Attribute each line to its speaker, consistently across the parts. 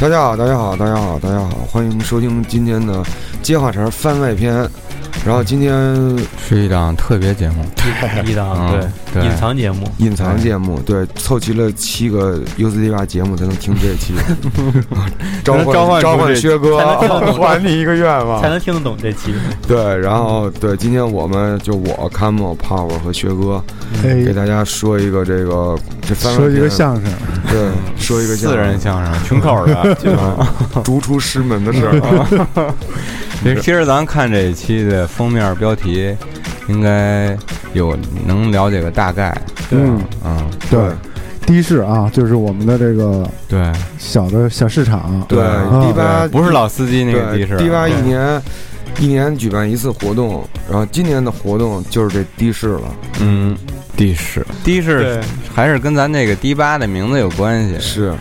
Speaker 1: 大家好，大家好，大家好，大家好，欢迎收听今天的《接话茬儿番外篇》。然后今天
Speaker 2: 是一档特别节目，
Speaker 3: 一档
Speaker 2: 嗯
Speaker 3: 对
Speaker 2: 对，
Speaker 3: 隐藏 节目，
Speaker 1: 隐藏节目，对，凑齐了七个优斯迪吧节目才能听这期，召
Speaker 2: 能召
Speaker 1: 唤
Speaker 2: 唤出
Speaker 1: 召
Speaker 2: 这
Speaker 1: 唤
Speaker 2: 期
Speaker 1: 薛哥
Speaker 3: 才，能听得懂，
Speaker 2: 还你一个愿望
Speaker 3: 才。能听得懂这期。
Speaker 1: 对，然后对，今天我们就我 Camo Power 和薛哥
Speaker 4: 哎
Speaker 1: 给，大家说一个这个这番外
Speaker 4: 说一个
Speaker 1: 篇
Speaker 4: 相声，
Speaker 1: 对，说一个
Speaker 2: 四人
Speaker 1: 相
Speaker 2: 相声，群口的。
Speaker 1: 声啊， 逐出师门的事儿啊，
Speaker 2: 其实，其实咱看这一期的封面标题，应该有能了解个大概。
Speaker 4: 嗯，
Speaker 1: 啊
Speaker 2: 嗯，
Speaker 4: 对，的士啊，就是我们的这个
Speaker 2: 对
Speaker 4: 小的小市场，
Speaker 1: 对
Speaker 4: 啊
Speaker 1: 第八
Speaker 2: 不是老司机那个的啊
Speaker 1: 对
Speaker 3: 啊
Speaker 2: 士，
Speaker 1: 迪吧一
Speaker 2: 对
Speaker 1: 年一年举办一次活动，然后今年的活动就是这的士了，
Speaker 2: 嗯，的士，的士
Speaker 3: 对，
Speaker 2: 还是跟咱这个迪吧的名字有关系。
Speaker 1: 是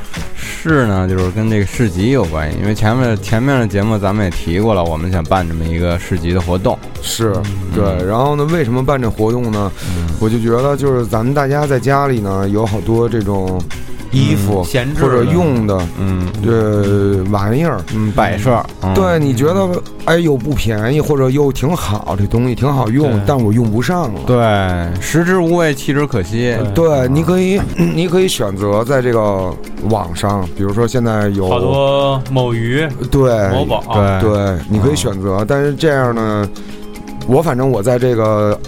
Speaker 2: 市呢，就是跟这个市集有关系，因为前面前面的节目咱们也提过了，我们想办这么一个市集的活动。
Speaker 1: 是，
Speaker 3: 嗯
Speaker 1: 对。然后呢，为什么办这活动呢？我就觉得就是咱们大家在家里呢有好多这种衣服
Speaker 3: 嗯闲置
Speaker 1: 或者
Speaker 3: 的
Speaker 1: 用的
Speaker 2: 嗯
Speaker 1: 呃玩意儿，
Speaker 2: 嗯，摆设，嗯
Speaker 1: 对，你觉得哎又不便宜，或者又挺好，这东西挺好用
Speaker 3: 对，
Speaker 1: 但我用不上了。
Speaker 2: 对，食之无味，弃之可惜。
Speaker 1: 对，你可以， 你可以选择在这个网上，比如说现在有
Speaker 3: 好多某鱼、
Speaker 1: 对
Speaker 3: 某宝，啊
Speaker 2: 对
Speaker 1: 啊对，你可以选
Speaker 2: 啊
Speaker 1: 择，但是这样呢，我反正我在这个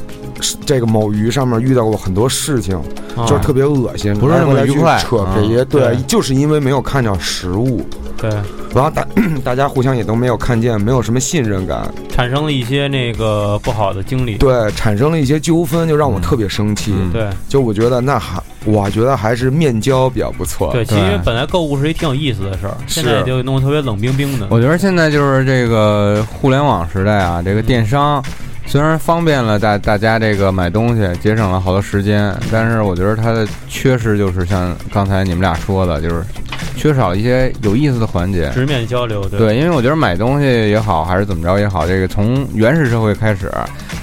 Speaker 1: 这个某鱼上面遇到过很多事情，
Speaker 3: 啊
Speaker 1: 就是特别恶心，
Speaker 2: 不是那么
Speaker 1: 来回来去
Speaker 2: 愉快
Speaker 1: 扯
Speaker 2: 啊
Speaker 1: 这些，对
Speaker 3: 对，
Speaker 1: 就是因为没有看见实物，
Speaker 3: 对，
Speaker 1: 然后大 大家互相也都没有看见，没有什么信任感，
Speaker 3: 产生了一些那个不好的经历。
Speaker 1: 对，产生了一些纠纷，就让我特别生气。
Speaker 2: 嗯
Speaker 3: 对
Speaker 1: 就我觉得那还，我觉得还是面交比较不错。
Speaker 3: 对，其实
Speaker 2: 对
Speaker 3: 本来购物是一挺有意思的事儿，现
Speaker 1: 是
Speaker 3: 在就弄得特别冷冰冰的。
Speaker 2: 我觉得现在就是这个互联网时代啊，这个电商虽然方便了大大家这个买东西，节省了好多时间，但是我觉得它的缺失就是像刚才你们俩说的，就是缺少一些有意思的环节。
Speaker 3: 直面交流，对
Speaker 2: 对，因为我觉得买东西也好，还是怎么着也好，这个从原始社会开始，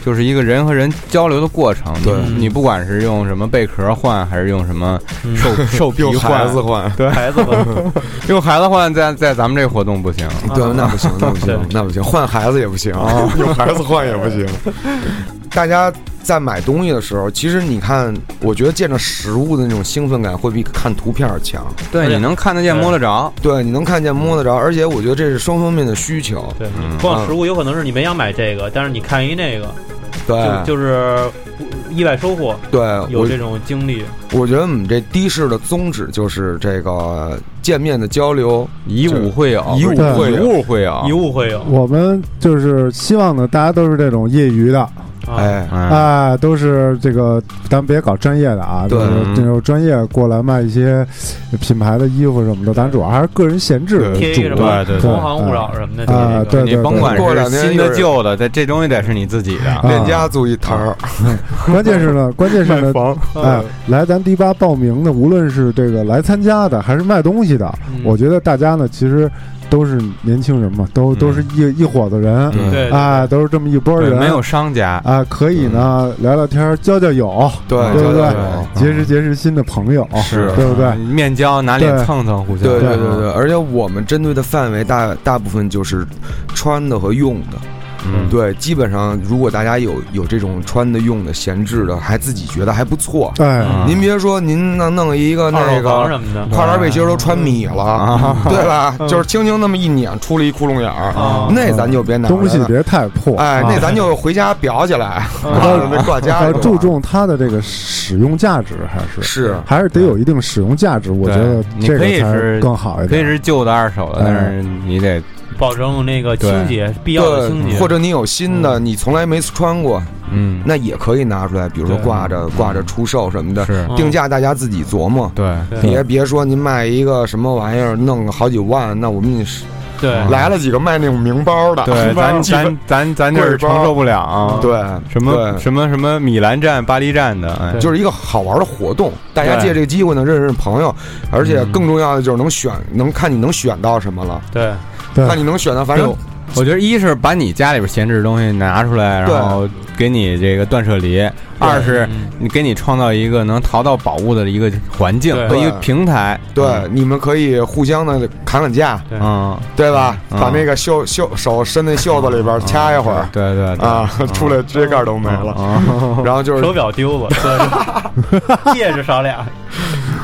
Speaker 2: 就是一个人和人交流的过程。
Speaker 1: 对
Speaker 2: 你你不管是用什么贝壳换，还是用什么
Speaker 3: 嗯
Speaker 2: 兽兽皮
Speaker 1: 用孩
Speaker 2: 换，
Speaker 1: 子换，
Speaker 2: 对，
Speaker 3: 孩子吧，
Speaker 2: 用孩子换，在在咱们这活动不行。
Speaker 1: 哎对，那不 行，那不
Speaker 3: 对
Speaker 1: 行，那不行，换孩子也不行， 用孩子换也不行。哦 大家在买东西的时候，其实你看，我觉得见着实物的那种兴奋感会比看图片儿强。
Speaker 2: 对，你能看得见、
Speaker 3: 对
Speaker 2: 摸得着。
Speaker 1: 对，你能看见、摸得着，而且我觉得这是双方面的需求。
Speaker 3: 对，你
Speaker 1: 嗯
Speaker 3: 逛实物有可能是你没想买这个，但是你看一那个，
Speaker 1: 对，
Speaker 3: 就就是意外收获，
Speaker 1: 对
Speaker 3: 有
Speaker 1: 哎我
Speaker 3: 这种经历。
Speaker 1: 我觉得我们这的士的宗旨就是这个见面的交流，
Speaker 2: 以武会友，
Speaker 1: 以
Speaker 2: 不是
Speaker 4: 武
Speaker 1: 会
Speaker 2: 以
Speaker 1: 友
Speaker 2: 物会啊友，
Speaker 3: 一物会有，
Speaker 4: 我们就是希望呢，大家都是这种业余的
Speaker 3: 啊，
Speaker 1: 哎，
Speaker 2: 哎，
Speaker 4: 啊，都是这个，咱别搞专业的啊，
Speaker 1: 对
Speaker 4: 就是那种专业过来卖一些品牌的衣服什么的，咱主要还是个人闲
Speaker 1: 呃
Speaker 4: 置
Speaker 3: 贴一
Speaker 4: 主
Speaker 3: 什么
Speaker 2: 对对对
Speaker 3: 同行勿扰什么的这
Speaker 4: 啊
Speaker 3: 个，
Speaker 4: 对
Speaker 2: 你甭管
Speaker 1: 过两
Speaker 2: 是
Speaker 1: 天
Speaker 2: 新
Speaker 1: 就
Speaker 2: 的
Speaker 1: 是
Speaker 2: 旧的，这这东西得是你自己的。
Speaker 4: 啊
Speaker 1: 链家族一摊儿，
Speaker 4: 关键是呢，关键是呢，
Speaker 2: 房，
Speaker 1: 嗯
Speaker 4: 哎，来咱迪吧报名的，无论是这个来参加的，还是卖东西的，
Speaker 3: 嗯
Speaker 4: 我觉得大家呢，其实都是年轻人嘛，
Speaker 1: 嗯
Speaker 4: 都都是一一伙子人，
Speaker 2: 对
Speaker 3: 对
Speaker 4: 啊，都是这么一波
Speaker 2: 对
Speaker 4: 人，
Speaker 2: 没有商家，
Speaker 4: 啊，可以呢，聊聊天儿，交交友，
Speaker 1: 嗯对
Speaker 4: 对不
Speaker 1: 交
Speaker 4: 对
Speaker 1: 交友？
Speaker 4: 结识结识新的朋友，
Speaker 1: 是嗯
Speaker 4: 对不对？
Speaker 2: 哦面交拿脸
Speaker 4: 对啊
Speaker 2: 蹭蹭，互相
Speaker 1: 对
Speaker 3: 啊
Speaker 1: 对对对，，而且我们针对的范围大大部分就是穿的和用的。
Speaker 2: 嗯，
Speaker 1: 对，基本上如果大家有有这种穿的、用的、闲置的，还自己觉得还不错。
Speaker 4: 哎，
Speaker 1: 您别说，您弄弄一个
Speaker 3: 啊二
Speaker 1: 啊那
Speaker 3: 手房
Speaker 1: 个
Speaker 3: 什么的，啊嗯
Speaker 1: 跨栏背心儿都穿米了，啊对吧？就是轻轻那么一捻，出了一窟窿眼儿
Speaker 3: 啊，
Speaker 1: 那咱就别拿
Speaker 4: 嗯东西
Speaker 1: 了
Speaker 4: 别太破，
Speaker 1: 哎，
Speaker 4: 啊
Speaker 1: 那咱就回家裱起来，
Speaker 4: 啊
Speaker 1: 那挂家
Speaker 4: 要
Speaker 1: 里就完
Speaker 4: 注重它的这个使用价值，还是
Speaker 1: 是
Speaker 4: 还是得有一定使用价值，我觉得
Speaker 2: 你
Speaker 4: 这个
Speaker 2: 可以
Speaker 4: 才
Speaker 2: 是
Speaker 4: 更好一
Speaker 2: 可以
Speaker 4: 点。
Speaker 2: 是旧的、二手的，
Speaker 4: 哎
Speaker 2: 但是你得
Speaker 3: 嗯保证那个清洁，必要的清洁，嗯
Speaker 1: 对，或者你有新的，你从来没穿过，
Speaker 2: 嗯，
Speaker 1: 那也可以拿出来，比如说
Speaker 3: 对
Speaker 1: 挂着挂着出售什么的，
Speaker 2: 是嗯
Speaker 3: 嗯
Speaker 1: 定价大家自己琢磨。
Speaker 2: 对，
Speaker 3: 对
Speaker 1: 别别说您卖一个什么玩意儿，弄个好几万，那我们是
Speaker 3: 对
Speaker 2: 嗯
Speaker 1: 来了几个卖那种名包的，
Speaker 2: 对，咱
Speaker 1: 基本
Speaker 2: 咱咱咱就是
Speaker 1: 贵包
Speaker 2: 承受不了啊，
Speaker 1: 对
Speaker 2: 什么
Speaker 1: 对
Speaker 2: 什么什么米兰站、巴黎站的，哎
Speaker 3: 对
Speaker 1: 就是一个好玩的活动，大家
Speaker 2: 对
Speaker 1: 借这个机会呢认识朋友，而且更重要的就是能选，能看你能选到什么了，
Speaker 3: 对
Speaker 4: 对
Speaker 2: 嗯
Speaker 1: 看你能选到，反正
Speaker 2: 对我觉得一是把你家里边闲置的东西拿出来，
Speaker 1: 对
Speaker 2: 然后给你这个断舍离；二是
Speaker 3: 嗯
Speaker 2: 你给你创造一个能淘到宝物的一个环境
Speaker 3: 对
Speaker 2: 和一个平台。
Speaker 1: 对，你们可以互相的砍砍价，
Speaker 3: 对
Speaker 2: 嗯，
Speaker 1: 对吧？
Speaker 2: 嗯
Speaker 1: 把那个袖袖手伸那袖子里边掐一会儿
Speaker 2: 对对对
Speaker 1: 啊，出来指甲盖都没了。
Speaker 2: 啊，
Speaker 1: 然后就是
Speaker 3: 手表 丢了，对戒指少俩，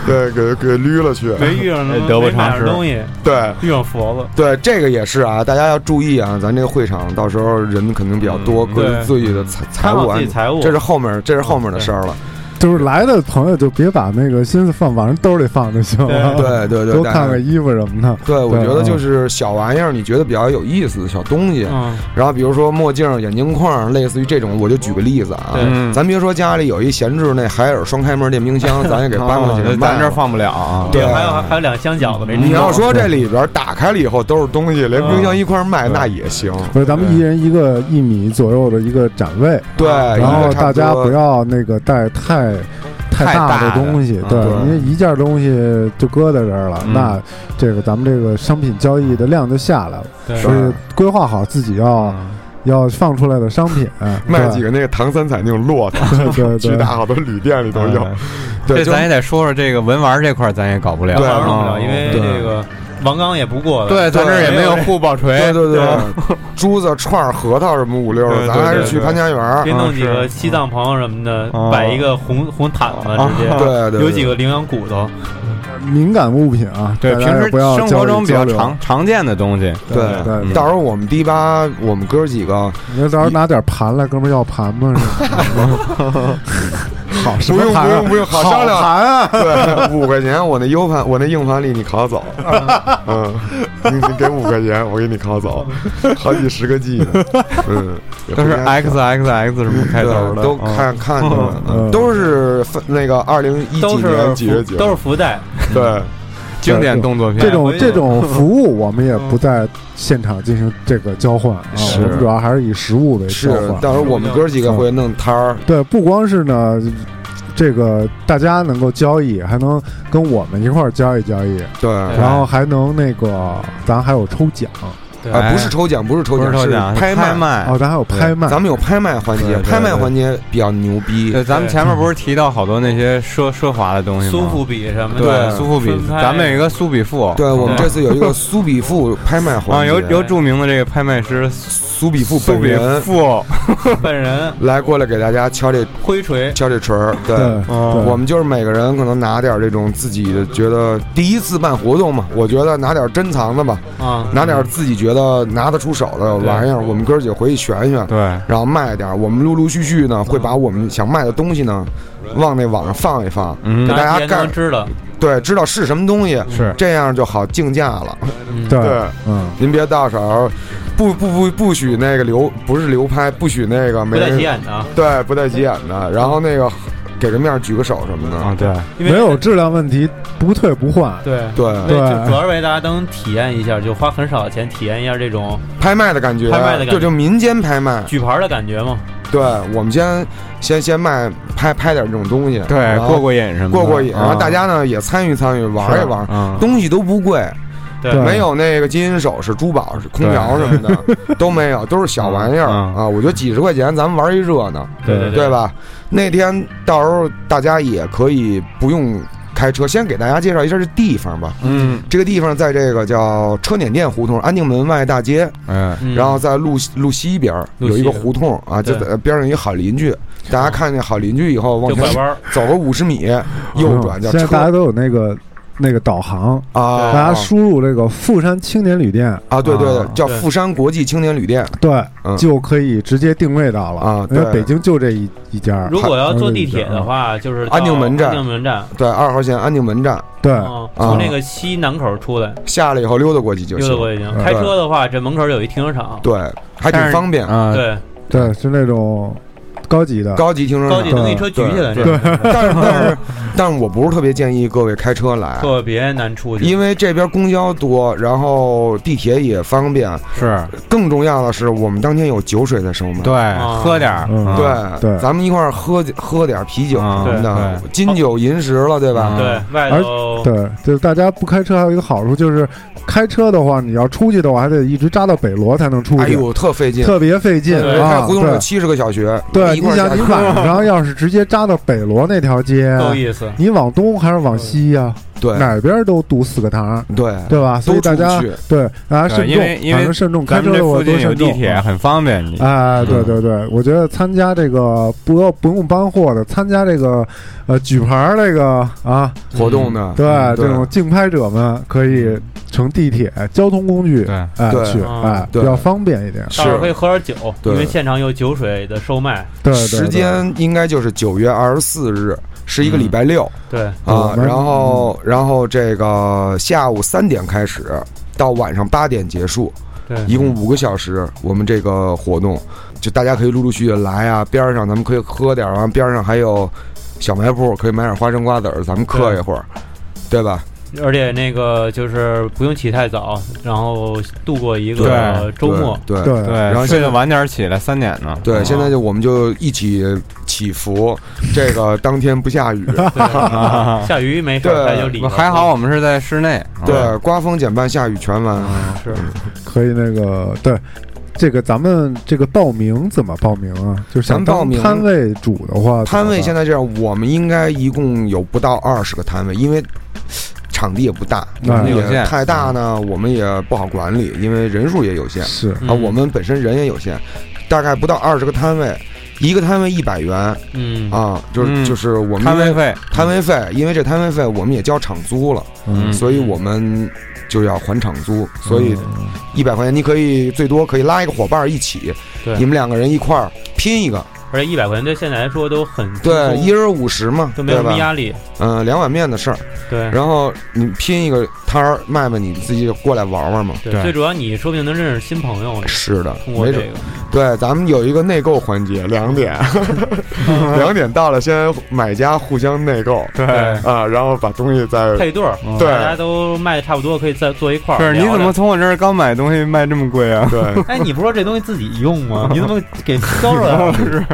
Speaker 1: 对，给给捋了去。
Speaker 3: 没遇上
Speaker 2: 得不
Speaker 3: 没买
Speaker 2: 偿失
Speaker 3: 上东西，
Speaker 1: 对
Speaker 3: 遇上佛了。
Speaker 1: 对，这个也是啊，大家要注意啊，咱这个会场到时候人肯定比较多，
Speaker 2: 嗯
Speaker 1: 各自自己的
Speaker 2: 对
Speaker 1: 财财
Speaker 3: 看
Speaker 1: 务
Speaker 3: 好
Speaker 1: 安
Speaker 3: 自己
Speaker 1: 全。
Speaker 3: 财务，
Speaker 1: 这是后面，这是后面的事儿了。
Speaker 4: 就是来的朋友就别把那个心思放往人兜里放就行了，
Speaker 1: 对对对，
Speaker 4: 多
Speaker 1: 大家
Speaker 4: 看看衣服什么的。
Speaker 1: 对，我
Speaker 4: 对
Speaker 1: 觉得
Speaker 4: 嗯
Speaker 1: 就是小玩意儿，你觉得比较有意思的小东西，
Speaker 3: 嗯，
Speaker 1: 然后比如说墨镜、眼镜框，类似于这种，我就举个例子啊
Speaker 3: 对，
Speaker 2: 嗯
Speaker 1: 咱别说家里有一闲置那海尔双开门电冰箱，咱也给搬过去
Speaker 2: 哦
Speaker 1: 卖
Speaker 2: 咱这
Speaker 1: 了。
Speaker 2: 放不了啊。
Speaker 1: 嗯对嗯
Speaker 3: 还有还有两箱饺子没吃
Speaker 1: 你要
Speaker 3: 够
Speaker 1: 说这里边打开了以后都是东西，连冰箱一块儿卖，那也行。
Speaker 4: 不是，咱们
Speaker 2: 对
Speaker 4: 一人一个一米左右的一个展位，
Speaker 1: 对，
Speaker 4: 然
Speaker 1: 一
Speaker 4: 后
Speaker 1: 哎个差
Speaker 4: 大
Speaker 1: 多
Speaker 4: 家不要那个带太
Speaker 2: 太
Speaker 4: 大
Speaker 2: 大的
Speaker 4: 东西
Speaker 2: 嗯，
Speaker 4: 对，
Speaker 1: 对
Speaker 4: 因为一件东西就搁在这儿了，
Speaker 2: 嗯
Speaker 4: 那这个咱们这个商品交易的量就下来了，
Speaker 3: 对
Speaker 4: 所
Speaker 1: 嗯
Speaker 4: 以规划好自己要
Speaker 2: 嗯
Speaker 4: 要放出来的商品，
Speaker 1: 卖几个那个唐三彩那种骆驼，
Speaker 4: 对对
Speaker 1: 巨
Speaker 4: 对
Speaker 1: 大，好多旅店里都有。对，
Speaker 2: 这
Speaker 1: 就
Speaker 2: 咱也得说说这个文玩这块，咱也搞不了，
Speaker 1: 对
Speaker 3: 玩弄不
Speaker 2: 啊
Speaker 3: 了，因为
Speaker 1: 哦对
Speaker 3: 这个王刚也不过了。
Speaker 2: 对，咱这儿也没有互爆
Speaker 1: 对
Speaker 2: 锤，
Speaker 1: 对对， 珠子、串儿、核桃什么五六的，
Speaker 2: 对
Speaker 1: 咱还是
Speaker 2: 对
Speaker 1: 去
Speaker 2: 对
Speaker 1: 潘家园儿
Speaker 3: 别。弄几
Speaker 2: 啊
Speaker 1: 嗯
Speaker 3: 个
Speaker 2: 是
Speaker 3: 西藏朋友什么的
Speaker 2: 哦，
Speaker 3: 摆一个红红毯子直接，
Speaker 1: 对对，
Speaker 3: 有几
Speaker 1: 个
Speaker 3: 个羚羊骨头，
Speaker 4: 敏感物品啊，
Speaker 2: 对，
Speaker 4: 大
Speaker 2: 平
Speaker 4: 家也
Speaker 2: 时
Speaker 4: 不要
Speaker 2: 生
Speaker 4: 交
Speaker 2: 活
Speaker 4: 流
Speaker 2: 中比
Speaker 4: 交
Speaker 2: 较
Speaker 4: 流
Speaker 2: 常常见的东西，
Speaker 1: 对
Speaker 4: 对
Speaker 2: 嗯
Speaker 4: 对，
Speaker 1: 到时候我们迪吧，我们哥几个
Speaker 4: 你说到时候拿点盘来，哥们儿要盘吗？是吧好，什
Speaker 1: 不
Speaker 4: 么
Speaker 1: 用
Speaker 4: 盘
Speaker 1: 不
Speaker 4: 啊
Speaker 1: 用不用，好
Speaker 4: 好
Speaker 1: 商量。哎
Speaker 4: 盘啊！
Speaker 1: 对，五块钱，我那 U 盘，我那硬盘里你拷走，嗯，你你给五块钱，我给你拷走，好几十个 G，呢嗯，也不
Speaker 2: 都是
Speaker 1: 应该
Speaker 2: X X X 什么开头
Speaker 1: 对，
Speaker 2: 的，
Speaker 1: 都
Speaker 2: 嗯
Speaker 1: 看看见了，嗯
Speaker 4: 嗯
Speaker 1: 都是分那个二零一几
Speaker 3: 都是
Speaker 1: 年几月
Speaker 3: 福
Speaker 1: 几，
Speaker 3: 都是福袋，
Speaker 1: 对，
Speaker 2: 经典动作片，
Speaker 4: 这种
Speaker 3: 对
Speaker 4: 这种服务，我们也不在现场进行这个交换啊，
Speaker 1: 是
Speaker 4: 我们主要还是以实物为
Speaker 1: 是
Speaker 4: 交，换。
Speaker 1: 到时候我们哥几个会弄摊儿，
Speaker 4: 对，不光是呢，这个大家能够交易，还能跟我们一块儿交易交易，
Speaker 1: 对，
Speaker 3: 对
Speaker 2: 哎
Speaker 4: 然后还能那个，咱还有抽奖
Speaker 1: 啊，不是抽奖，不是抽
Speaker 2: 不是
Speaker 1: 奖，
Speaker 2: 抽
Speaker 1: 是
Speaker 2: 奖，
Speaker 1: 拍
Speaker 2: 卖
Speaker 1: 卖，啊
Speaker 4: 哦，咱还有拍卖，
Speaker 1: 咱们有拍卖环
Speaker 2: 对
Speaker 1: 节，
Speaker 2: 对对
Speaker 1: 拍卖环节比较牛逼，
Speaker 2: 对，咱们前面不是提到好多那些奢奢华的东西吗？
Speaker 3: 苏富比什么
Speaker 2: 对
Speaker 3: 的，
Speaker 2: 苏富比
Speaker 3: 春，拍
Speaker 2: 咱们有一个苏比富，
Speaker 1: 对我们
Speaker 2: 嗯
Speaker 1: 这次有一个苏比富拍卖环
Speaker 2: 啊
Speaker 1: 节，
Speaker 2: 有有著名的这个拍卖师苏
Speaker 1: 苏比富本
Speaker 2: 比
Speaker 1: 人
Speaker 2: 富，
Speaker 3: 本人
Speaker 1: 来过来给大家敲这
Speaker 3: 灰锤，
Speaker 1: 敲这锤儿，对。
Speaker 4: 对，
Speaker 2: 嗯
Speaker 1: 我们就是每个人可能拿点儿这种自己的觉得第一次办活动嘛，我觉得拿点儿珍藏的吧，
Speaker 3: 啊，
Speaker 1: 拿点儿自己觉得拿得出手的玩意儿，我们哥儿几个回去选一选，
Speaker 2: 对，啊
Speaker 1: 然后卖点儿。我们陆陆续续呢会把我们想卖的东西呢
Speaker 3: 嗯
Speaker 1: 往那网上放一放，
Speaker 2: 嗯
Speaker 1: 给大家
Speaker 3: 也
Speaker 1: 盖
Speaker 3: 能知道，
Speaker 1: 对知道是什么东西，
Speaker 2: 是
Speaker 1: 这样就好竞价 了。
Speaker 3: 嗯
Speaker 4: 对
Speaker 1: 对，
Speaker 4: 嗯，
Speaker 1: 您别到手不不不不许那个流不是流拍，不许那个
Speaker 3: 不
Speaker 1: 没
Speaker 3: 带
Speaker 1: 人
Speaker 3: 急眼的啊，
Speaker 1: 对不带急眼的，然后那个给个面儿举个手什么的，
Speaker 2: 啊，对，
Speaker 3: 因为
Speaker 4: 没有质量问题，不退不换。
Speaker 3: 对。
Speaker 1: 对。
Speaker 3: 对，就主要是为大家能体验一下，就花很少的钱体验一下这种
Speaker 1: 拍卖的感觉，
Speaker 3: 拍卖的感觉
Speaker 1: 对，就民间拍卖。
Speaker 3: 举牌的感觉嘛。
Speaker 1: 对，我们先先先卖拍拍点这种东西，
Speaker 2: 对，
Speaker 1: 然后
Speaker 2: 过过瘾什么的，
Speaker 1: 过过瘾，然后
Speaker 2: 嗯
Speaker 1: 大家呢也参与参与，玩一玩，
Speaker 2: 嗯
Speaker 1: 东西都不贵，
Speaker 3: 对
Speaker 4: 对
Speaker 1: 没有那个金银首饰、珠宝、空调什么的都没有，都是小玩意儿
Speaker 2: 嗯嗯
Speaker 1: 啊。我觉得几十块钱咱们玩一热闹，
Speaker 3: 对对
Speaker 1: 对吧？那天到时候大家也可以不用开车，先给大家介绍一下这地方吧。
Speaker 2: 嗯
Speaker 1: 这个地方在这个叫车碾店胡同安定门外大街，
Speaker 2: 哎，
Speaker 3: 嗯
Speaker 1: 然后在路西路西边儿
Speaker 3: 路
Speaker 1: 有一个
Speaker 3: 西
Speaker 1: 胡同啊，就
Speaker 3: 对
Speaker 1: 在边上有一好邻居。大家看见好邻居以后，往
Speaker 3: 就拐
Speaker 1: 前嗯
Speaker 3: 弯儿，
Speaker 1: 走个五十米，右转叫
Speaker 4: 啊现在
Speaker 1: 车
Speaker 4: 大家都有那个那个导航，
Speaker 1: 啊，
Speaker 4: 大家输入这个富山青年旅店，
Speaker 1: 啊，对对对
Speaker 2: 啊，
Speaker 1: 叫
Speaker 3: 对
Speaker 1: 富山国际青年旅店。
Speaker 4: 对，
Speaker 1: 嗯
Speaker 4: 就可以直接定位到了
Speaker 1: 啊
Speaker 4: 因为
Speaker 1: 对
Speaker 4: 北京就这一一家，
Speaker 3: 如果要坐地铁的话，就是到
Speaker 1: 安定门站
Speaker 3: 安定门站，
Speaker 1: 对，二号线安定门啊站
Speaker 4: 对，
Speaker 3: 嗯，从那个西南口出来，
Speaker 1: 下来以后溜达过去就
Speaker 3: 溜达
Speaker 1: 行。
Speaker 3: 过去就
Speaker 4: 嗯
Speaker 3: 行。开车的话，这门口有一停车场，
Speaker 1: 嗯对，还挺方便。
Speaker 2: 啊，
Speaker 3: 对，
Speaker 4: 对，是那种高级的，
Speaker 1: 高级停车
Speaker 3: 高
Speaker 1: 场
Speaker 3: 级。能一车举起来，这个
Speaker 1: 但是但是，但是我不是特别建议各位开车来，
Speaker 3: 特别难出去。
Speaker 1: 因为这边公交多，然后地铁也方便。
Speaker 2: 是
Speaker 1: 更重要的是，我们当天有酒水在售卖。
Speaker 2: 对，
Speaker 3: 啊
Speaker 2: 喝点儿，
Speaker 4: 嗯
Speaker 2: 嗯
Speaker 1: 对
Speaker 4: 对
Speaker 1: 咱们一块儿喝喝点啤酒
Speaker 2: 啊
Speaker 1: 什么的
Speaker 2: 对，
Speaker 1: 金酒银食了，对
Speaker 4: 啊
Speaker 1: 吧？
Speaker 3: 对外头
Speaker 4: 对，就是大家不开车还有一个好处就是，开车的话，你要出去的话，还得一直扎到北罗才能出
Speaker 1: 哎
Speaker 4: 去，
Speaker 1: 呦，特费劲。
Speaker 4: 特别费劲
Speaker 3: 对
Speaker 1: 开
Speaker 4: 啊！
Speaker 1: 胡同有
Speaker 4: 对
Speaker 1: 七十个小学，
Speaker 4: 对，
Speaker 1: 一
Speaker 4: 你
Speaker 1: 块儿下
Speaker 4: 想
Speaker 1: 去
Speaker 4: 你
Speaker 1: 看
Speaker 4: 晚上要是直接扎到北罗那条街，
Speaker 3: 够意思。
Speaker 4: 你往东还是往西呀？
Speaker 1: 对
Speaker 4: 哪边都堵死个堂，
Speaker 1: 对
Speaker 4: 对吧？所以大
Speaker 1: 都出
Speaker 4: 家
Speaker 1: 不去
Speaker 4: 对大家
Speaker 2: 对
Speaker 4: 慎
Speaker 2: 因为
Speaker 4: 重，
Speaker 2: 因为
Speaker 4: 反正慎重，开
Speaker 2: 咱
Speaker 4: 车
Speaker 2: 们
Speaker 4: 的
Speaker 2: 这
Speaker 4: 我
Speaker 2: 附
Speaker 4: 多
Speaker 2: 近有
Speaker 4: 慎
Speaker 2: 地
Speaker 4: 重。
Speaker 2: 铁，
Speaker 4: 啊
Speaker 2: 很方便你。
Speaker 4: 哎，对对对，我觉得参加这个不要不用搬货的，参加这个呃举牌儿这个啊，
Speaker 1: 活动呢。
Speaker 4: 对
Speaker 1: 嗯
Speaker 4: 这种竞拍者们可以乘地铁交通工具，
Speaker 2: 对
Speaker 4: 哎
Speaker 1: 对
Speaker 4: 去
Speaker 3: 啊
Speaker 4: 哎比
Speaker 1: 对
Speaker 4: 较方便一点。
Speaker 3: 到时候可以喝点酒，
Speaker 1: 对
Speaker 3: 因为现场有酒水的售卖。
Speaker 4: 对，对
Speaker 1: 时间应该就是九月二十四日，是一个礼拜六
Speaker 3: 对，
Speaker 1: 啊。
Speaker 4: 嗯
Speaker 1: 然后，然后这个下午三点开始，到晚上八点结束，
Speaker 3: 对，
Speaker 1: 一共五个小时。我们这个活动，就大家可以陆陆续续地来啊。边上咱们可以喝点儿啊，边上还有小卖部，可以买点花生瓜子儿，咱们嗑一会儿，对吧？
Speaker 3: 而且那个就是不用起太早，然后度过一个
Speaker 2: 对
Speaker 3: 呃周末。
Speaker 1: 对
Speaker 4: 对
Speaker 1: 对
Speaker 4: 对
Speaker 1: 然后
Speaker 2: 对，睡得晚点儿起来，三点呢。啊
Speaker 1: 对，现在就我们就一起祈福，这个当天不下雨。
Speaker 3: 对下雨没事儿，
Speaker 1: 对
Speaker 3: 它就里边儿
Speaker 2: 啊还好，我们是在室内。嗯
Speaker 1: 对，刮风减半，下雨全完。啊
Speaker 3: 是
Speaker 4: 可以那个对。这个咱们这个报名怎么报名啊？就是想
Speaker 1: 咱报
Speaker 4: 当
Speaker 1: 名
Speaker 4: 摊位主的话，
Speaker 1: 摊位现
Speaker 4: 在
Speaker 1: 在这样，我们应该一共有不到二十个摊位，因为场地也不大，
Speaker 4: 嗯
Speaker 1: 我们
Speaker 2: 有
Speaker 1: 也
Speaker 2: 限
Speaker 1: 太大呢，我们也不好管理，因为人数也有限啊，
Speaker 4: 是
Speaker 3: 嗯
Speaker 1: 我们本身人也有限，大概不到二十个摊位，一个摊位一百元
Speaker 3: 嗯
Speaker 1: 啊，就是
Speaker 2: 嗯
Speaker 1: 就是我们
Speaker 2: 摊位
Speaker 1: 因为
Speaker 2: 费，
Speaker 1: 摊位费，因为这摊位费我们也交场租了，
Speaker 4: 嗯
Speaker 1: 所以我们就要还场租，所以一百块钱你可以最多可以拉一个伙伴儿一起，
Speaker 3: 对
Speaker 1: 你们两个人一块儿拼一个，
Speaker 3: 而且一百块钱对现在来说都很轻
Speaker 1: 对，
Speaker 3: 松
Speaker 1: 一人五十嘛，
Speaker 3: 都没有
Speaker 1: 对
Speaker 3: 什
Speaker 1: 吧
Speaker 3: 么？压力。哎
Speaker 1: 嗯、两碗面的事儿。
Speaker 3: 对
Speaker 1: 然后你拼一个摊儿卖卖，你自己过来玩玩嘛。
Speaker 3: 对，
Speaker 2: 对
Speaker 3: 最主要你说不定能认识新朋友呢。
Speaker 1: 是的，
Speaker 3: 通过
Speaker 1: 没
Speaker 3: 这
Speaker 1: 准
Speaker 3: 个，
Speaker 1: 对，咱们有一个内购环节，两 点，两点到了，先买家互相内购
Speaker 2: 对。
Speaker 1: 啊，然后把东西再
Speaker 3: 配对儿，
Speaker 2: 嗯
Speaker 1: 对
Speaker 3: 大家都卖的差不多，可以再坐一块儿。
Speaker 2: 是，你
Speaker 3: 聊
Speaker 2: 怎
Speaker 3: 聊
Speaker 2: 么？从我这儿刚买东西卖这么贵啊？
Speaker 1: 对，
Speaker 3: 哎，你不说这东西自己用吗？你怎么 给啊销售呀？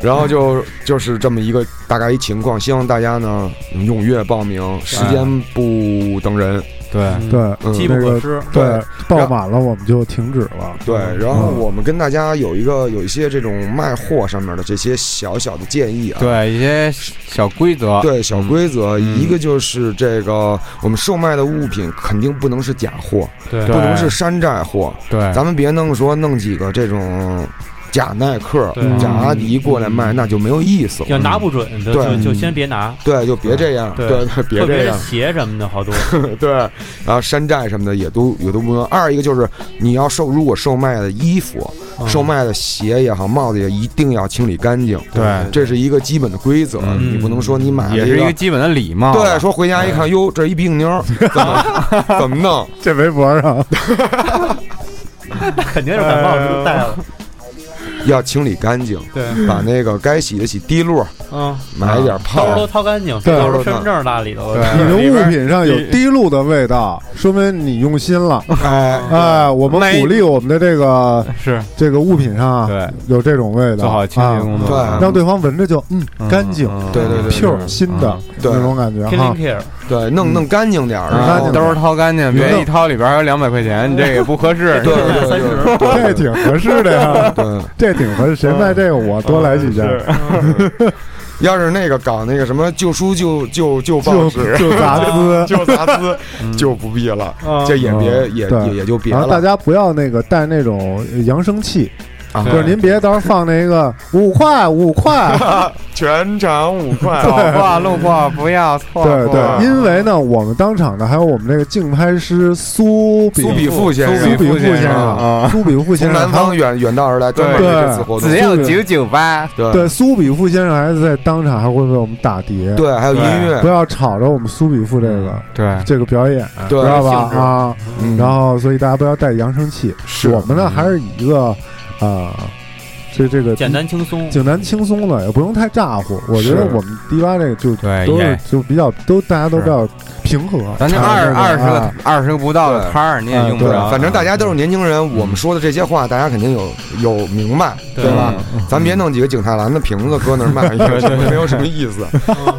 Speaker 1: 然后就就是这么一个大概一情况，希望大家呢踊跃报名，时间不等人。
Speaker 2: 对
Speaker 3: 嗯
Speaker 4: 对
Speaker 1: 嗯
Speaker 3: 机不可失。
Speaker 4: 对报满了我们就停止了。
Speaker 1: 对，
Speaker 3: 嗯
Speaker 1: 然后我们跟大家有一个有一些这种卖货上面的这些小小的建议啊，
Speaker 2: 对，一些小规则。
Speaker 1: 对小规则，
Speaker 2: 啊嗯
Speaker 1: 一个就是这个我们售卖的物品肯定不能是假货，
Speaker 3: 对
Speaker 1: 不能是山寨货，
Speaker 2: 对，
Speaker 1: 咱们别弄说弄几个这种假耐克
Speaker 3: 对、
Speaker 1: 假阿迪过来卖，那就没有意思
Speaker 3: 要
Speaker 1: 了。
Speaker 3: 拿不准的，就
Speaker 1: 对
Speaker 3: 就先别拿。
Speaker 1: 对，就别这样，
Speaker 3: 对
Speaker 1: 对，别
Speaker 3: 特别
Speaker 1: 这样
Speaker 3: 是，鞋什么的，好多
Speaker 1: 对，然后山寨什么的也都也都不能。二一个就是你要售，如果售卖的衣服、
Speaker 3: 嗯
Speaker 1: 售卖的鞋也好、帽子也一定要清理干净，
Speaker 2: 对
Speaker 1: 这是一个基本的规则，
Speaker 2: 嗯
Speaker 1: 你不能说你买
Speaker 2: 也
Speaker 1: 了
Speaker 2: 是一
Speaker 1: 个
Speaker 2: 个基本的礼貌。
Speaker 1: 对，说回家一看，哟，这一鼻涕妞儿，怎么 怎么弄？
Speaker 4: 这微博上，
Speaker 3: 肯定是感冒就带了。
Speaker 1: 要清理干净，
Speaker 3: 对，
Speaker 1: 把那个该洗的洗，滴露
Speaker 3: 嗯，
Speaker 1: 买一点
Speaker 3: 兜
Speaker 2: 啊
Speaker 3: 儿都
Speaker 1: 泡，
Speaker 3: 掏干净，
Speaker 4: 对
Speaker 3: 到时候身份证落里头。
Speaker 2: 对
Speaker 4: 你的
Speaker 2: 里边
Speaker 4: 物品上有滴露的味道，说明你用心了。
Speaker 1: 哎，
Speaker 4: 哎，我们
Speaker 2: 那一
Speaker 4: 鼓励我们的这个
Speaker 2: 是
Speaker 4: 这个物品上啊，
Speaker 2: 对，
Speaker 4: 有这种味道，
Speaker 2: 做好清洁
Speaker 4: 啊
Speaker 2: 工作，
Speaker 1: 对
Speaker 4: 让对方闻着就嗯
Speaker 2: 嗯
Speaker 4: 干净，
Speaker 2: 嗯
Speaker 1: 对对对对
Speaker 4: pure 新的
Speaker 2: 嗯
Speaker 1: 对
Speaker 4: 那种感觉
Speaker 3: k i l
Speaker 4: 哈
Speaker 3: l。care，
Speaker 1: 对，弄弄干净点儿，啊
Speaker 4: 嗯
Speaker 1: 然后
Speaker 4: 干净
Speaker 2: 兜儿掏干净，
Speaker 4: 有
Speaker 2: 别
Speaker 4: 的
Speaker 2: 一掏里边还有两百块钱，你这个也不合适。
Speaker 1: 对对对对
Speaker 4: 这挺合适的呀，
Speaker 1: 对，
Speaker 4: 这挺合适。谁卖这个我多来几件，
Speaker 1: 要是那个搞那个什么旧书旧旧旧报
Speaker 4: 就
Speaker 1: 纸。
Speaker 4: 就砸资。
Speaker 1: 旧杂志
Speaker 2: 嗯
Speaker 1: 就不必了，这也别
Speaker 4: 嗯
Speaker 1: 也
Speaker 4: 对
Speaker 1: 也也就别
Speaker 4: 然后大
Speaker 1: 了。
Speaker 4: 家不要那个带那种扬声器，
Speaker 1: 啊
Speaker 4: 就是您别到时候放那个五块五块，
Speaker 1: 全场五块
Speaker 2: 早话路过不要错过。
Speaker 4: 对
Speaker 1: 啊
Speaker 4: 对，因为呢，我们当场的还有我们那个竞拍师苏比
Speaker 1: 苏比富先
Speaker 4: 苏比
Speaker 1: 生
Speaker 4: 富先
Speaker 2: 先生
Speaker 4: 生，
Speaker 2: 啊
Speaker 4: 苏比富
Speaker 1: 从
Speaker 4: 先
Speaker 1: 南
Speaker 4: 生，
Speaker 1: 方远远道而来，专门为这次活动。
Speaker 2: 只要九九八，
Speaker 1: 对
Speaker 4: 对，苏比富先生还是在当场还会为我们打碟，
Speaker 1: 对，还有音乐
Speaker 4: 不，要吵着我们苏比富这个
Speaker 2: 对
Speaker 4: 这个表演，
Speaker 1: 对
Speaker 4: 知道吧？
Speaker 1: 性质
Speaker 4: 啊，
Speaker 1: 嗯
Speaker 4: 然后所以大家不要带扬声器，
Speaker 1: 是
Speaker 4: 我们呢还是以一个啊这这个
Speaker 3: 简单轻松。
Speaker 4: 简单轻松的，也不用太咋呼。我觉得
Speaker 1: 是
Speaker 4: 我们低洼这个就
Speaker 2: 对，
Speaker 3: 哎
Speaker 4: 都是
Speaker 2: 也
Speaker 4: 就比较都大家都
Speaker 2: 是
Speaker 4: 比较平和。
Speaker 2: 咱就
Speaker 4: 差不多
Speaker 2: 二
Speaker 4: 吧
Speaker 2: 二十
Speaker 4: 啊
Speaker 2: 个二十个不到的
Speaker 4: 对
Speaker 2: 摊儿，你也
Speaker 4: 嗯
Speaker 2: 用不
Speaker 4: 对
Speaker 2: 着。
Speaker 1: 反正大家都是年轻人，我们说的这些话，大家肯定有有明白，
Speaker 3: 对
Speaker 1: 对吧？咱别弄几个景泰蓝的瓶子搁那儿卖，也没有什么意思。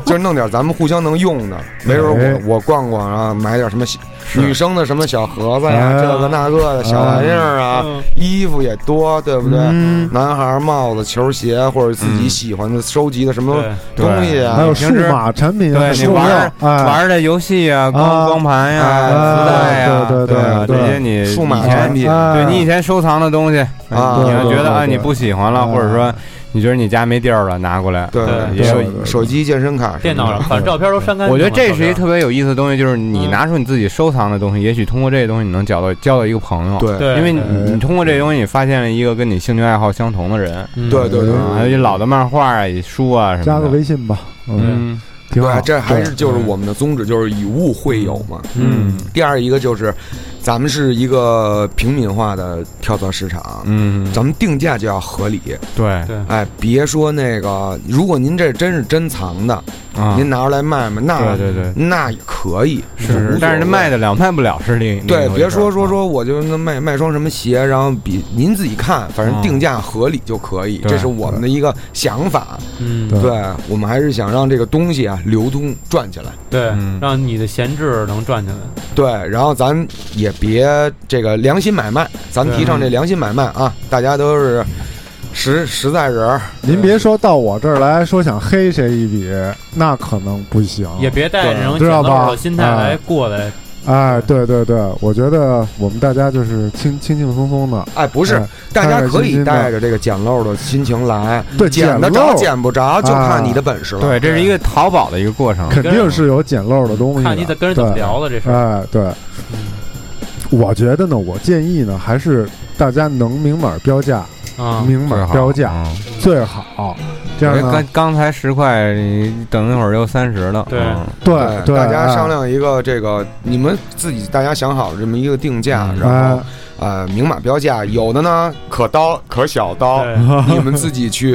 Speaker 1: 就是弄点咱们互相能用的，没准
Speaker 4: 哎
Speaker 1: 我我逛逛啊，买点什么小女
Speaker 2: 女
Speaker 1: 生的什么小盒子呀，
Speaker 4: 哎
Speaker 1: 这个那个的小玩意儿啊，
Speaker 3: 嗯
Speaker 1: 衣服也多，对不对？
Speaker 4: 嗯
Speaker 1: 男孩儿帽子、球鞋或者自己
Speaker 2: 嗯
Speaker 1: 喜欢的收集的什么
Speaker 3: 对，
Speaker 1: 东西
Speaker 4: 还
Speaker 1: 啊，
Speaker 4: 有
Speaker 2: 平
Speaker 4: 数
Speaker 2: 时
Speaker 4: 码产品
Speaker 2: 对
Speaker 4: 很
Speaker 2: 你
Speaker 4: 重
Speaker 2: 玩
Speaker 4: 要
Speaker 2: 儿
Speaker 4: 哎
Speaker 2: 玩儿的游戏啊，
Speaker 4: 啊
Speaker 2: 光光盘呀、
Speaker 1: 哎
Speaker 2: 磁带呀，
Speaker 4: 对对对
Speaker 2: 啊
Speaker 4: 对
Speaker 2: 这些你
Speaker 1: 数码
Speaker 2: 以前
Speaker 1: 产品
Speaker 4: 哎
Speaker 2: 对你以前收藏的东西，
Speaker 1: 啊
Speaker 2: 你要
Speaker 4: 对
Speaker 2: 觉得
Speaker 4: 对
Speaker 2: 啊
Speaker 4: 对
Speaker 2: 你不喜欢了，
Speaker 4: 啊
Speaker 2: 或者说你觉得你家没地儿了，拿过来。
Speaker 1: 对
Speaker 3: 对
Speaker 2: 也有
Speaker 4: 对对
Speaker 1: 手机、健身卡什么的、
Speaker 3: 电脑上把照片都删干净了。
Speaker 2: 我觉得这是一
Speaker 3: 照片
Speaker 2: 特别有意思的东西，就是你拿出你自己收藏的东西，也许通过这些东西你能交到交到一个朋友。，
Speaker 1: 对
Speaker 3: 对，
Speaker 2: 因为你
Speaker 4: 对
Speaker 2: 你通过这些东西，你发现了一个跟你兴趣爱好相同的人，
Speaker 3: 嗯
Speaker 1: 对对对
Speaker 2: 啊还有一老的漫画啊、书啊什
Speaker 4: 加个
Speaker 2: 么的。
Speaker 4: 微信吧，嗯，
Speaker 2: 嗯
Speaker 4: 挺好。
Speaker 1: 对，啊这还是
Speaker 4: 对
Speaker 1: 就是我们的宗旨，就是以物会友嘛。
Speaker 2: 嗯
Speaker 1: 第二一个就是，咱们是一个平民化的跳蚤市场，
Speaker 2: 嗯，
Speaker 1: 咱们定价就要合理。
Speaker 2: 对
Speaker 3: 对
Speaker 1: 哎，别说那个，如果您这真是珍藏的，
Speaker 2: 啊，
Speaker 1: 您拿出来卖卖，那
Speaker 2: 对对对，
Speaker 1: 那也可以，
Speaker 2: 是，但是这卖
Speaker 1: 的。
Speaker 2: 得了卖不了是另另一
Speaker 1: 对，
Speaker 2: 回
Speaker 1: 别
Speaker 2: 事
Speaker 1: 说
Speaker 2: 儿啊
Speaker 1: 说说，我就那卖卖双什么鞋，然后比您自己看，反正
Speaker 2: 嗯
Speaker 1: 定价合理就可以，
Speaker 2: 对
Speaker 1: 这是我们的一个想法。
Speaker 3: 嗯
Speaker 4: 对
Speaker 1: 对我们还是想让这个东西啊流通转起来。
Speaker 3: 对
Speaker 2: 嗯，
Speaker 3: 让你的闲置能赚起来。
Speaker 1: 对，然后咱也别这个良心买卖，咱们
Speaker 3: 对
Speaker 1: 提倡这良心买卖啊，大家都是实实在人儿。
Speaker 4: 您别说到我这儿来说想黑谁一笔，那可能不行。
Speaker 3: 也别带着那种
Speaker 4: 知道
Speaker 3: 捡
Speaker 4: 吧
Speaker 3: 漏的心态来
Speaker 4: 啊
Speaker 3: 过来，
Speaker 4: 哎，对对对，我觉得我们大家就是清清清松松的，
Speaker 1: 哎，不是
Speaker 4: 哎，
Speaker 1: 大家
Speaker 4: 开开
Speaker 1: 可
Speaker 4: 心
Speaker 1: 以
Speaker 4: 心的
Speaker 1: 带着这个捡漏的心情来，
Speaker 4: 对，
Speaker 1: 捡得着
Speaker 4: 嗯漏
Speaker 1: 捡不着就看
Speaker 4: 啊
Speaker 1: 你的本事了。
Speaker 2: 对，这是一个淘宝的一个过程。
Speaker 4: 肯定是有捡漏的东西的。
Speaker 3: 看你得跟人怎么
Speaker 4: 对
Speaker 3: 聊了这事儿。
Speaker 4: 哎，对，
Speaker 3: 嗯
Speaker 4: 我觉得呢，我建议呢，还是大家能明码标价，
Speaker 3: 啊，
Speaker 4: 明码标价
Speaker 2: 嗯，
Speaker 4: 最好。这
Speaker 2: 我觉
Speaker 4: 样
Speaker 2: 得
Speaker 4: 呢
Speaker 1: 哎
Speaker 2: 刚，刚才十块，你等一会儿又三十了。
Speaker 3: 对
Speaker 2: 嗯
Speaker 4: 对对，
Speaker 1: 大家
Speaker 4: 哎
Speaker 1: 商。量一个这个，你们自己大家想好这么一个定价，
Speaker 2: 嗯
Speaker 1: 然后
Speaker 4: 哎
Speaker 1: 呃明码标价，有的呢可刀可小刀，
Speaker 3: 对，
Speaker 1: 你们自己去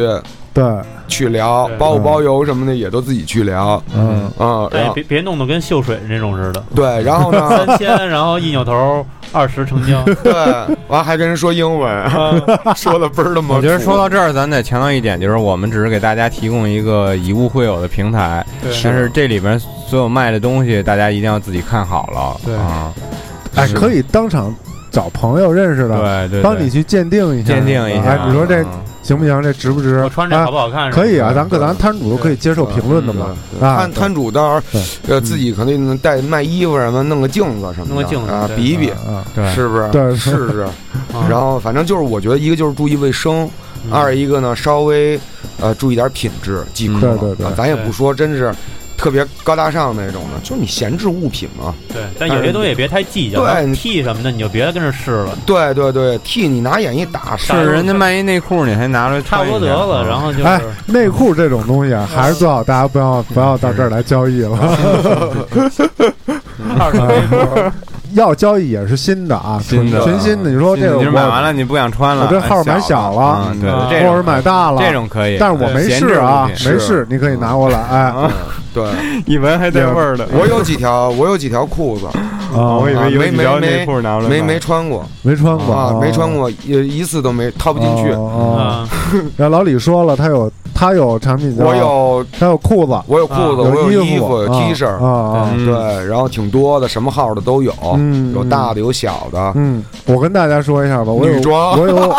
Speaker 4: 对，
Speaker 1: 去聊
Speaker 3: 对，
Speaker 1: 包不包邮什么的也都自己去聊，
Speaker 4: 嗯，
Speaker 1: 嗯，
Speaker 3: 但
Speaker 1: 然
Speaker 3: 也
Speaker 1: 后
Speaker 3: 哎别别弄得跟秀水那种似的，
Speaker 1: 对，然后 呢，
Speaker 3: 三千，然后一扭头二十成交。
Speaker 1: 对，完还跟人说英文， 说的倍儿他妈土，
Speaker 2: 我觉得说到这儿，咱得强调一点，就是我们只是给大家提供一个以物会友的平台，
Speaker 3: 对，
Speaker 2: 但是这里边所有卖的东西，大家一定要自己看好了。
Speaker 3: 对
Speaker 2: 啊，
Speaker 4: 哎，
Speaker 1: 是
Speaker 4: 可以当场找朋友认识的，
Speaker 2: 对对，
Speaker 4: 帮你去鉴定一下，
Speaker 2: 鉴定一
Speaker 4: 哎
Speaker 2: 下。，
Speaker 4: 你说这
Speaker 2: 嗯
Speaker 4: 行不行？这值不值？
Speaker 3: 我穿这好
Speaker 4: 啊，
Speaker 3: 不好看？
Speaker 4: 可以啊，
Speaker 1: 对
Speaker 4: 咱可咱摊主都可以接受
Speaker 1: 对
Speaker 4: 评论的
Speaker 1: 对
Speaker 4: 嘛。
Speaker 2: 嗯
Speaker 1: 对
Speaker 4: 啊
Speaker 1: 摊摊主到时
Speaker 4: 对
Speaker 1: 候呃自己可能带卖衣服什么，弄个镜子什么的，
Speaker 3: 弄个镜子
Speaker 1: 啊
Speaker 3: 对
Speaker 1: 比一比，
Speaker 4: 啊，啊
Speaker 2: 对，
Speaker 1: 是不是？
Speaker 4: 对
Speaker 1: 试试。
Speaker 3: 啊
Speaker 1: 然后反正就是我觉得一个就是注意卫生，
Speaker 3: 嗯
Speaker 1: 二一个呢稍微呃注意点品质即可。
Speaker 4: 对对对
Speaker 1: 啊咱也
Speaker 3: 对
Speaker 1: 不说真是特别高大上那种的，就是你闲置物品嘛。
Speaker 3: 对，但有些东西也别太计较
Speaker 1: 对
Speaker 3: ，T 什么的你就别跟着试了，
Speaker 1: 对对对，替你拿眼一打
Speaker 3: 打
Speaker 1: 是
Speaker 2: 是人家卖一内裤，你还拿出来
Speaker 3: 差
Speaker 2: 穿
Speaker 3: 不
Speaker 2: 一下嗯
Speaker 3: 多得了。然后就
Speaker 4: 哎
Speaker 3: 是啊
Speaker 4: 内裤这种东西啊，
Speaker 1: 嗯
Speaker 4: 还是最好大家不要不要到这儿来交易了。
Speaker 2: 嗯
Speaker 3: 二十内裤，
Speaker 4: 啊要交易也是新的啊，
Speaker 2: 新的
Speaker 4: 全新的。你说这个
Speaker 2: 你
Speaker 4: 我
Speaker 2: 是买完了，你不想穿了，
Speaker 4: 我这号
Speaker 2: 哎
Speaker 4: 买小了
Speaker 2: 嗯对
Speaker 3: 嗯，
Speaker 2: 这
Speaker 4: 或
Speaker 2: 种
Speaker 4: 者买大了，
Speaker 2: 这种可以，
Speaker 4: 但是我没
Speaker 2: 闲
Speaker 4: 试
Speaker 2: 置
Speaker 4: 啊，
Speaker 2: 物品
Speaker 1: 闲置物品是
Speaker 4: 没试，你可以拿过来。哎，
Speaker 2: 啊，
Speaker 1: 对，
Speaker 2: 一闻还带味儿的。
Speaker 1: 我有几条，我有几条裤子
Speaker 4: 啊
Speaker 2: 我以为有几条内裤拿出来
Speaker 1: 没没
Speaker 2: 卖
Speaker 1: 穿过
Speaker 4: 没穿过
Speaker 1: 啊，没穿，过，一一次都没掏不进去。
Speaker 4: 哦。哦
Speaker 3: 啊，
Speaker 4: 然后老李说了，他有他有产品，
Speaker 1: 我，有
Speaker 4: 他有裤子，
Speaker 1: 我有裤子，
Speaker 4: 啊有
Speaker 1: 我有衣
Speaker 4: 服
Speaker 1: 服、T 恤，
Speaker 4: 啊啊，
Speaker 2: 嗯
Speaker 1: 对，然后挺多的，什么号的都有，
Speaker 4: 嗯
Speaker 1: 有大的有小的，
Speaker 4: 嗯，我跟大家说一下吧，我有
Speaker 1: 女装
Speaker 4: 我 有，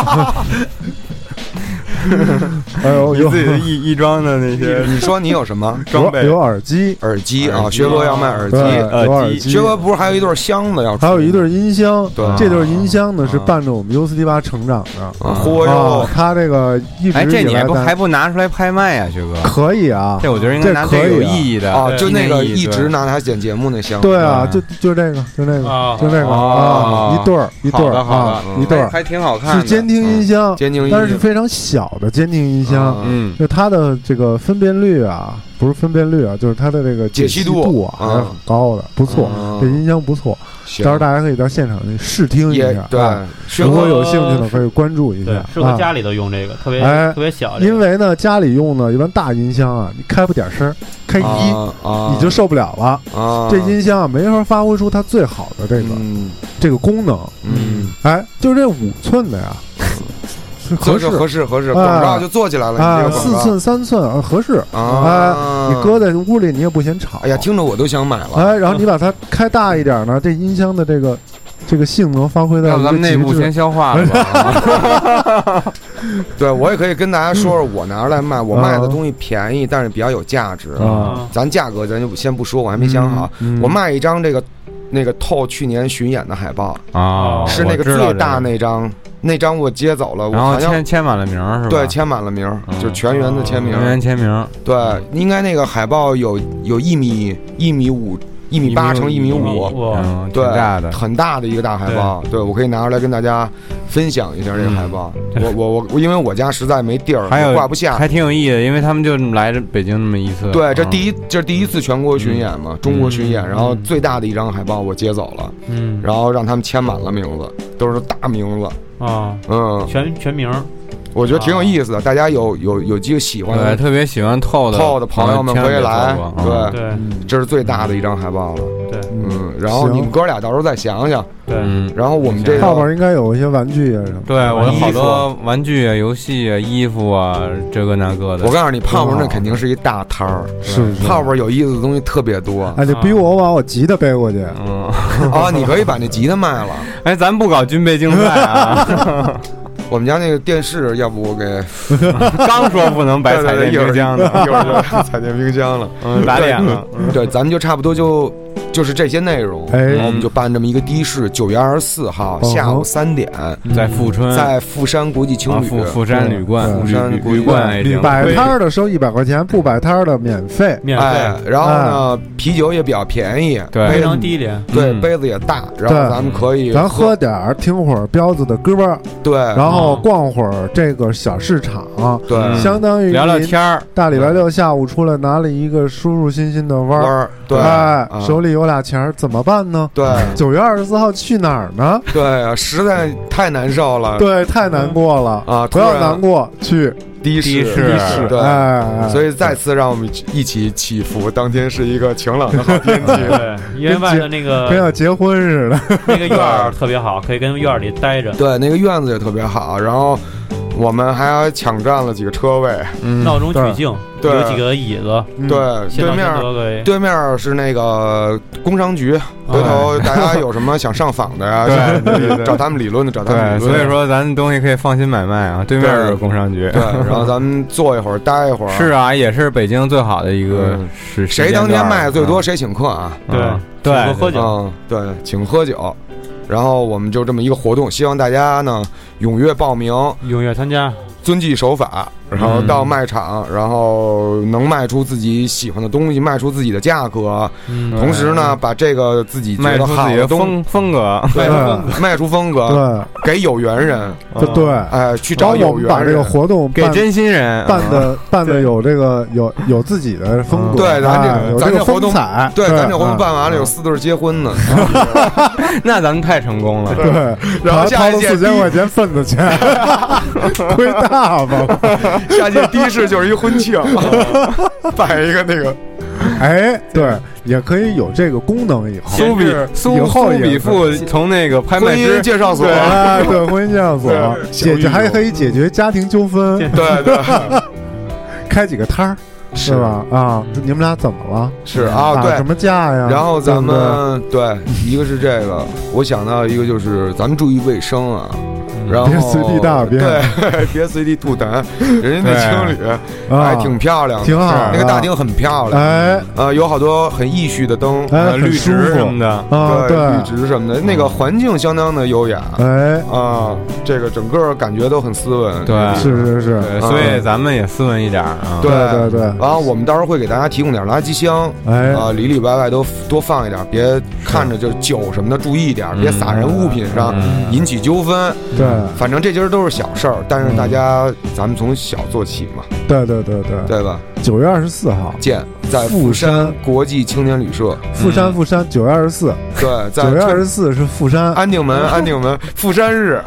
Speaker 4: 哎呦，
Speaker 2: 你
Speaker 4: 有
Speaker 2: 自己的 翼翼装的那些
Speaker 1: 你说你有什 么
Speaker 2: 装备
Speaker 4: 有，有嗯耳机，
Speaker 1: 耳机
Speaker 2: 耳
Speaker 1: 啊？
Speaker 2: 机
Speaker 1: 薛哥要卖耳
Speaker 4: 对，
Speaker 1: 机，
Speaker 2: 呃
Speaker 4: 有耳
Speaker 2: 机
Speaker 1: 薛哥不是还有一对箱子要出吗？
Speaker 4: 还有一对音箱，
Speaker 1: 对
Speaker 4: 这对音箱呢是
Speaker 1: 啊
Speaker 4: 伴着我们 U 四 D 八成长的。
Speaker 1: 啊
Speaker 2: 嚯
Speaker 4: 啊
Speaker 2: 哟！，
Speaker 4: 他这个一直
Speaker 2: 哎，这
Speaker 4: 以
Speaker 2: 你还
Speaker 4: 来
Speaker 2: 不
Speaker 4: 咱
Speaker 2: 还不拿出来拍卖呀，薛哥？
Speaker 4: 可以啊，
Speaker 2: 这我觉得应该拿
Speaker 4: 这可以
Speaker 2: 最有
Speaker 4: 啊
Speaker 2: 意义的呃
Speaker 1: 哦，就那个
Speaker 2: 纪念意义
Speaker 1: 一直
Speaker 2: 对
Speaker 1: 拿它剪节目那箱子，
Speaker 4: 对啊，就
Speaker 2: 对
Speaker 4: 就这个，就那
Speaker 3: 嗯
Speaker 4: 个，
Speaker 3: 啊
Speaker 4: 就这个
Speaker 2: 哦
Speaker 4: 啊，一对儿一对
Speaker 2: 好
Speaker 4: 儿
Speaker 2: 的好的
Speaker 4: 啊，
Speaker 1: 嗯
Speaker 4: 一对
Speaker 2: 哎
Speaker 4: 儿
Speaker 2: 还挺好看
Speaker 4: 是
Speaker 2: 的，
Speaker 4: 监听音箱，
Speaker 1: 监听音
Speaker 4: 但是是
Speaker 1: 乐，
Speaker 4: 非常小的监听音箱，
Speaker 1: 嗯，
Speaker 2: 嗯，
Speaker 4: 就它的这个分辨率啊，不是分辨率啊，就是它的这个
Speaker 1: 解析
Speaker 4: 析
Speaker 1: 度
Speaker 4: 度啊，还是
Speaker 1: 嗯
Speaker 4: 很高的，不错，
Speaker 1: 嗯
Speaker 4: 这音箱不错。
Speaker 1: 行
Speaker 4: 到时候大家可以到现场去试听一
Speaker 1: 也
Speaker 4: 下，
Speaker 1: 对
Speaker 4: 啊，
Speaker 1: 适
Speaker 4: 如
Speaker 1: 合
Speaker 4: 果有兴趣的可以关注一
Speaker 3: 对
Speaker 4: 下，。
Speaker 1: 嗯
Speaker 3: 适合
Speaker 4: 啊。
Speaker 3: 家里头用这个，特别
Speaker 4: 哎
Speaker 3: 特别小这个。
Speaker 4: 因为呢，家里用呢，一般大音箱啊，你开不点声儿，开一
Speaker 1: 啊啊，
Speaker 4: 你就受不了了。
Speaker 1: 啊，
Speaker 4: 这音箱啊，没法发挥出它最好的这个
Speaker 1: 嗯
Speaker 4: 这个功能。
Speaker 1: 嗯，
Speaker 4: 哎，就是这五 寸的呀，是合
Speaker 1: 合
Speaker 4: 适
Speaker 1: 适合适合适，
Speaker 4: 哎
Speaker 1: 广告就做起来了，你
Speaker 4: 啊，
Speaker 1: 这个广
Speaker 4: 四
Speaker 1: 告
Speaker 4: 寸、三寸啊合适。
Speaker 1: 啊，
Speaker 4: 你搁在屋里你也不嫌吵。
Speaker 1: 哎呀，听着我都想买了。
Speaker 4: 哎，然后你把它开大一点呢，这音箱的这个这个性能发挥到
Speaker 2: 让
Speaker 4: 一
Speaker 2: 咱
Speaker 4: 个
Speaker 2: 们内部
Speaker 4: 极致
Speaker 2: 先。消化了 吧。
Speaker 1: 对，我也可以跟大家说说我拿出来卖，我
Speaker 4: 啊
Speaker 1: 卖的东西便宜，但是比较有价值。
Speaker 4: 啊
Speaker 1: 咱价格咱就先不说，我还没想好。
Speaker 4: 嗯嗯
Speaker 1: 我卖一张这个那个透去年巡演的海报，
Speaker 2: 啊，
Speaker 1: 是那个最大那张，那张我接走了，我
Speaker 2: 然后
Speaker 1: 好像
Speaker 2: 签签满了名儿是吧？
Speaker 1: 对签满了名儿，
Speaker 2: 嗯
Speaker 1: 就是全员的签名
Speaker 2: 人。员签名儿，
Speaker 1: 对，应该那个海报有有一米一米五一米八乘一米五，
Speaker 3: 哇，
Speaker 2: 嗯，挺
Speaker 1: 对，
Speaker 2: 大的。
Speaker 1: 很大的一个大海报。对，我可以拿出来跟大家分享一下这个海报。我我我我，因为我家实在没地儿，
Speaker 2: 嗯还有
Speaker 1: 我挂不下。
Speaker 2: 还挺嗯有意思，因为他们就来这北京那么一次。
Speaker 1: 啊对，这第
Speaker 2: 一
Speaker 1: 一这是第一次全国巡演嘛，中国巡演，
Speaker 3: 嗯
Speaker 1: 然后最大的一张海报我接走了，
Speaker 3: 嗯，
Speaker 1: 然后让他们签满了名字，都是大名字。
Speaker 3: 啊，
Speaker 1: 嗯，
Speaker 3: 全全名儿
Speaker 1: 我觉得挺有意思的，大家有有有机会喜欢
Speaker 2: 对
Speaker 1: 的，
Speaker 2: 特别喜欢透啊哎的
Speaker 1: 透的朋友们
Speaker 2: 千
Speaker 1: 可
Speaker 2: 万
Speaker 1: 以
Speaker 2: 别
Speaker 1: 来
Speaker 2: 错过。
Speaker 1: 对
Speaker 2: 嗯，
Speaker 3: 对
Speaker 1: 这是最大的一张海报了。
Speaker 3: 对
Speaker 1: 嗯，然后你们哥俩到时候再想想，
Speaker 3: 对，
Speaker 2: 嗯，
Speaker 1: 然后我们这
Speaker 4: 后
Speaker 1: 个
Speaker 4: 边应该有一些玩具啊什么。
Speaker 2: 对
Speaker 1: 嗯
Speaker 2: 我有
Speaker 3: 衣
Speaker 2: 好
Speaker 3: 服
Speaker 2: 多玩具啊、游戏啊、衣服啊，这个那个的。嗯
Speaker 1: 我告诉你，泡泡那肯定是一大摊儿，
Speaker 4: 是不是
Speaker 1: 泡泡有意思的东西特别 多
Speaker 4: 哎，你逼我把我吉他背过去，
Speaker 2: 嗯，
Speaker 1: 啊！你可以把那吉他卖 了，
Speaker 2: 哎，咱不搞军备竞赛 啊！
Speaker 1: 我们家那个电视，要不我给
Speaker 2: 刚说不能白踩
Speaker 1: 对对
Speaker 2: 电
Speaker 1: 对一会儿
Speaker 2: 冰箱的，
Speaker 1: 一会儿就踩进冰箱了。
Speaker 2: 嗯，打脸了。嗯
Speaker 1: 对，咱们就差不多就就是这些内容，
Speaker 4: 哎
Speaker 1: 然后我们就办这么一个的士，九月二十四号
Speaker 4: 嗯
Speaker 1: 下午三点，
Speaker 2: 在富春，
Speaker 1: 在富山国际青
Speaker 2: 啊
Speaker 1: 旅。嗯
Speaker 2: 富富山旅馆，
Speaker 4: 对
Speaker 1: 富山
Speaker 2: 旅
Speaker 1: 国际
Speaker 2: 旅馆也
Speaker 4: 你
Speaker 2: 行。
Speaker 4: 摆摊儿的收一百块钱，不摆摊儿的免费。
Speaker 3: 免
Speaker 1: 哎
Speaker 4: 啊
Speaker 3: 费，，
Speaker 1: 然后呢，啤酒也比较便宜，
Speaker 2: 对
Speaker 1: 杯
Speaker 3: 非
Speaker 1: 子
Speaker 3: 常低廉，
Speaker 1: 对
Speaker 2: 嗯
Speaker 1: 杯子也大，然后
Speaker 4: 对
Speaker 1: 咱们可以
Speaker 4: 咱喝点儿，听会儿彪子的歌，
Speaker 1: 对，
Speaker 4: 然后
Speaker 1: 嗯
Speaker 4: 逛会儿这个小市场，
Speaker 1: 对
Speaker 2: 嗯
Speaker 4: 相当于
Speaker 2: 聊聊天儿，
Speaker 4: 大礼拜六下午出来拿了一个舒舒心心的弯
Speaker 1: 弯
Speaker 4: 儿，
Speaker 1: 儿，对，
Speaker 4: 哎
Speaker 1: 啊，
Speaker 4: 手里有俩钱儿怎么办呢？
Speaker 1: 对
Speaker 4: 九月二十四号去哪儿呢？
Speaker 1: 对啊，实在太难受了，
Speaker 4: 对，太难过了
Speaker 1: 嗯啊突
Speaker 4: 不要
Speaker 1: 然
Speaker 4: 难过，去
Speaker 1: 的士
Speaker 2: 的士的士
Speaker 1: 对。
Speaker 4: 哎，
Speaker 1: 所以再次让我们一起祈福，当天是一个晴朗的好天气。
Speaker 3: 对，因为外头那
Speaker 4: 哎
Speaker 1: 嗯
Speaker 4: 跟
Speaker 3: 个
Speaker 4: 要结婚似的，
Speaker 3: 那个院儿特别好，可以跟院儿里待着。
Speaker 1: 对，那个院子也特别好，然后我们还抢占了几个车位。
Speaker 2: 嗯，
Speaker 3: 闹中取静，
Speaker 1: 对
Speaker 3: 有几个椅子，
Speaker 4: 嗯
Speaker 1: 对，
Speaker 3: 现
Speaker 1: 对
Speaker 3: 场先
Speaker 1: 面
Speaker 3: 得个
Speaker 1: 对面是那个工商局，回头大家有什么想上访的呀，
Speaker 2: 对对对
Speaker 1: 找他们理论的，找他们
Speaker 2: 对，
Speaker 1: 理论。
Speaker 2: 所以，说咱们东西可以放心买卖啊，对面
Speaker 1: 对
Speaker 2: 是工商局。
Speaker 1: 对，然后咱们坐一会儿，待一会儿。
Speaker 2: 是啊，也是北京最好的一个
Speaker 1: 嗯
Speaker 2: 时时
Speaker 1: 谁
Speaker 2: 间
Speaker 1: 当天
Speaker 2: 段
Speaker 1: 卖的最多，
Speaker 2: 嗯
Speaker 1: 谁请客啊？
Speaker 2: 嗯
Speaker 3: 对
Speaker 2: 对，
Speaker 3: 请客喝酒
Speaker 1: 嗯，对，请喝酒。然后我们就这么一个活动，希望大家呢踊跃报名，
Speaker 3: 踊跃参加，
Speaker 1: 遵纪守法，然后到卖场，然后能卖出自己喜欢的东西，卖出自己的价格，
Speaker 3: 嗯，
Speaker 1: 同时呢，把这个自己觉
Speaker 2: 卖
Speaker 1: 得
Speaker 2: 出
Speaker 1: 好
Speaker 2: 自己的
Speaker 1: 东啊西
Speaker 2: 风风格，
Speaker 1: 对
Speaker 4: 风
Speaker 1: 卖出风格，
Speaker 4: 对，
Speaker 1: 给有缘人，
Speaker 4: 这对，
Speaker 1: 哎，去
Speaker 4: 然
Speaker 1: 找
Speaker 4: 后我
Speaker 1: 有
Speaker 4: 们把
Speaker 1: 缘
Speaker 4: 这个
Speaker 1: 人。
Speaker 4: 活动
Speaker 2: 给
Speaker 4: 办
Speaker 2: 真心人
Speaker 4: 办
Speaker 2: 嗯
Speaker 4: 的办的有这个有有自己的风
Speaker 1: 嗯
Speaker 4: 格，
Speaker 1: 对咱这
Speaker 4: 哎有
Speaker 1: 咱
Speaker 4: 这
Speaker 1: 这
Speaker 4: 个
Speaker 1: 活动
Speaker 4: 风采，
Speaker 1: 对，咱这活动
Speaker 4: 啊
Speaker 1: 办完了，有四对儿结婚呢，
Speaker 2: 那咱们太成功了。
Speaker 4: 对，
Speaker 1: 然后
Speaker 4: 还
Speaker 1: 下
Speaker 4: 掏
Speaker 1: 一
Speaker 4: 了
Speaker 1: 届
Speaker 4: 四千块钱份子钱，亏大发。
Speaker 1: 下届的士就是一婚庆，摆一个那个
Speaker 4: 哎，对，也可以有这个功能以后。
Speaker 2: 苏比
Speaker 4: 以
Speaker 2: 苏
Speaker 4: 后
Speaker 2: 苏
Speaker 4: 也
Speaker 2: 比
Speaker 4: 是
Speaker 2: 富嗯从那个拍卖
Speaker 1: 婚
Speaker 2: 之
Speaker 1: 姻介绍所，
Speaker 2: 对
Speaker 4: 哎，对，婚姻介绍所
Speaker 1: 对小
Speaker 4: 解
Speaker 1: 宇宙
Speaker 4: 决还可以解决家庭纠纷，
Speaker 1: 对对，
Speaker 4: 开几个摊儿是吧？啊，你们俩怎么了？
Speaker 1: 是啊，
Speaker 4: 打
Speaker 1: 对
Speaker 4: 什，么架呀？
Speaker 1: 然后咱
Speaker 4: 嗯对
Speaker 1: 们对，一个是这个，我想到一个就是咱们注意卫生啊，然后
Speaker 4: 嗯别随地大便
Speaker 1: 对， 别随地吐 痰。人家那青旅
Speaker 4: 不对
Speaker 1: 还
Speaker 4: 啊，
Speaker 1: 挺漂亮的，
Speaker 4: 挺好
Speaker 1: 是那个
Speaker 4: 的
Speaker 1: 大厅很漂亮，
Speaker 4: 哎
Speaker 1: 呃，有好多很意绪的灯，
Speaker 4: 哎，
Speaker 2: 呃
Speaker 4: 很
Speaker 2: 绿
Speaker 4: 舒
Speaker 2: 植什么
Speaker 4: 服
Speaker 2: 的，
Speaker 4: 啊，
Speaker 1: 绿植什么的，那个环境相当的优雅
Speaker 4: 哎，
Speaker 1: 啊，这个整个感觉都很斯文，
Speaker 2: 对
Speaker 4: 是是是，
Speaker 2: 对，
Speaker 1: 嗯
Speaker 2: 所以咱们也斯文一点儿啊。
Speaker 1: 对
Speaker 4: 对对对
Speaker 1: 然后我们到时候会给大家提供点垃圾箱，
Speaker 4: 哎
Speaker 1: 啊，里里外外都多放一点，
Speaker 4: 嗯
Speaker 1: 别看着就是酒什么的，注意一点，别撒人物品上
Speaker 2: 嗯
Speaker 1: 引起纠纷。
Speaker 4: 对对
Speaker 1: 反正这其实都是小事儿，但是
Speaker 4: 嗯
Speaker 1: 大家咱们从小做起嘛，
Speaker 4: 对对对对，
Speaker 1: 对吧？
Speaker 4: 九月二十四号，
Speaker 1: 见在
Speaker 4: 富山
Speaker 1: 国际青年旅 社，
Speaker 4: 富山富山九月二十四，
Speaker 1: 对，嗯在哎
Speaker 4: 九月二十四是富山
Speaker 1: 安定门安定门富山 日，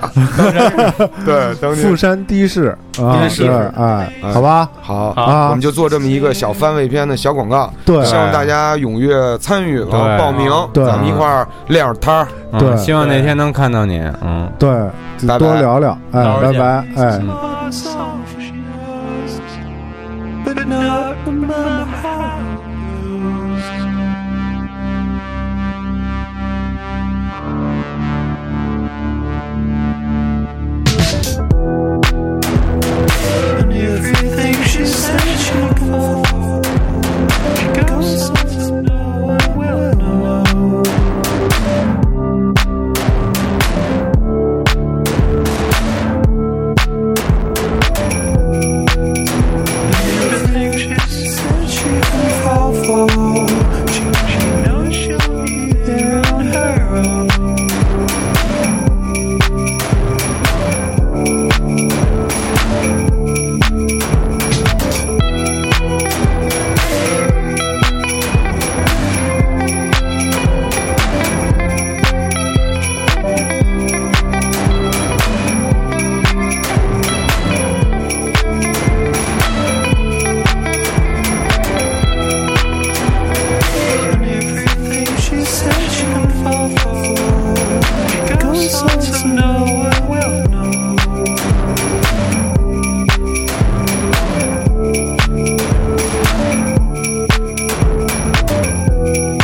Speaker 1: 对，等
Speaker 4: 富
Speaker 1: 你
Speaker 4: 山的士啊，
Speaker 1: 的士
Speaker 4: 对，哎，
Speaker 1: 哎
Speaker 4: 好吧，
Speaker 1: 好。
Speaker 3: 好
Speaker 4: 啊
Speaker 1: 我们就做这么一个小番外篇的小广告，
Speaker 4: 对
Speaker 1: 希望大家踊跃参与，然后
Speaker 2: 对
Speaker 1: 报名，
Speaker 4: 对
Speaker 1: 咱们一块儿练会儿摊儿。
Speaker 2: 嗯
Speaker 4: 对
Speaker 2: 希望那天能看到你，嗯，
Speaker 4: 对，
Speaker 1: 拜拜
Speaker 4: 多聊聊，哎，
Speaker 3: 到时
Speaker 4: 拜
Speaker 3: 候见
Speaker 4: 拜，哎。
Speaker 5: but not remember how. And everything she said she'd do, she goes on no one will know. Everything she said she can fall for. She, she knows she'll be there on her own. And everything she said she can fall for. She goes on to no one will know.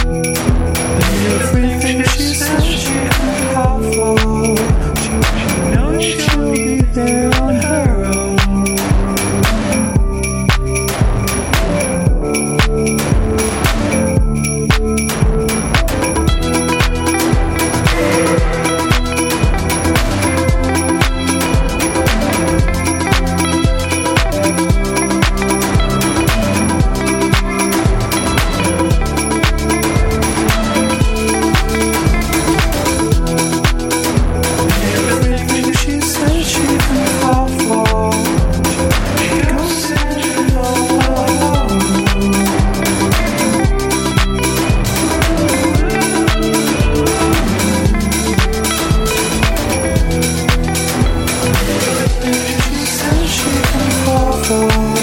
Speaker 5: And everything she said she can fall for. She, she knows she'll be there on her own. Everything she said she can fall for. She goes into the alone. Everything she said she can fall for.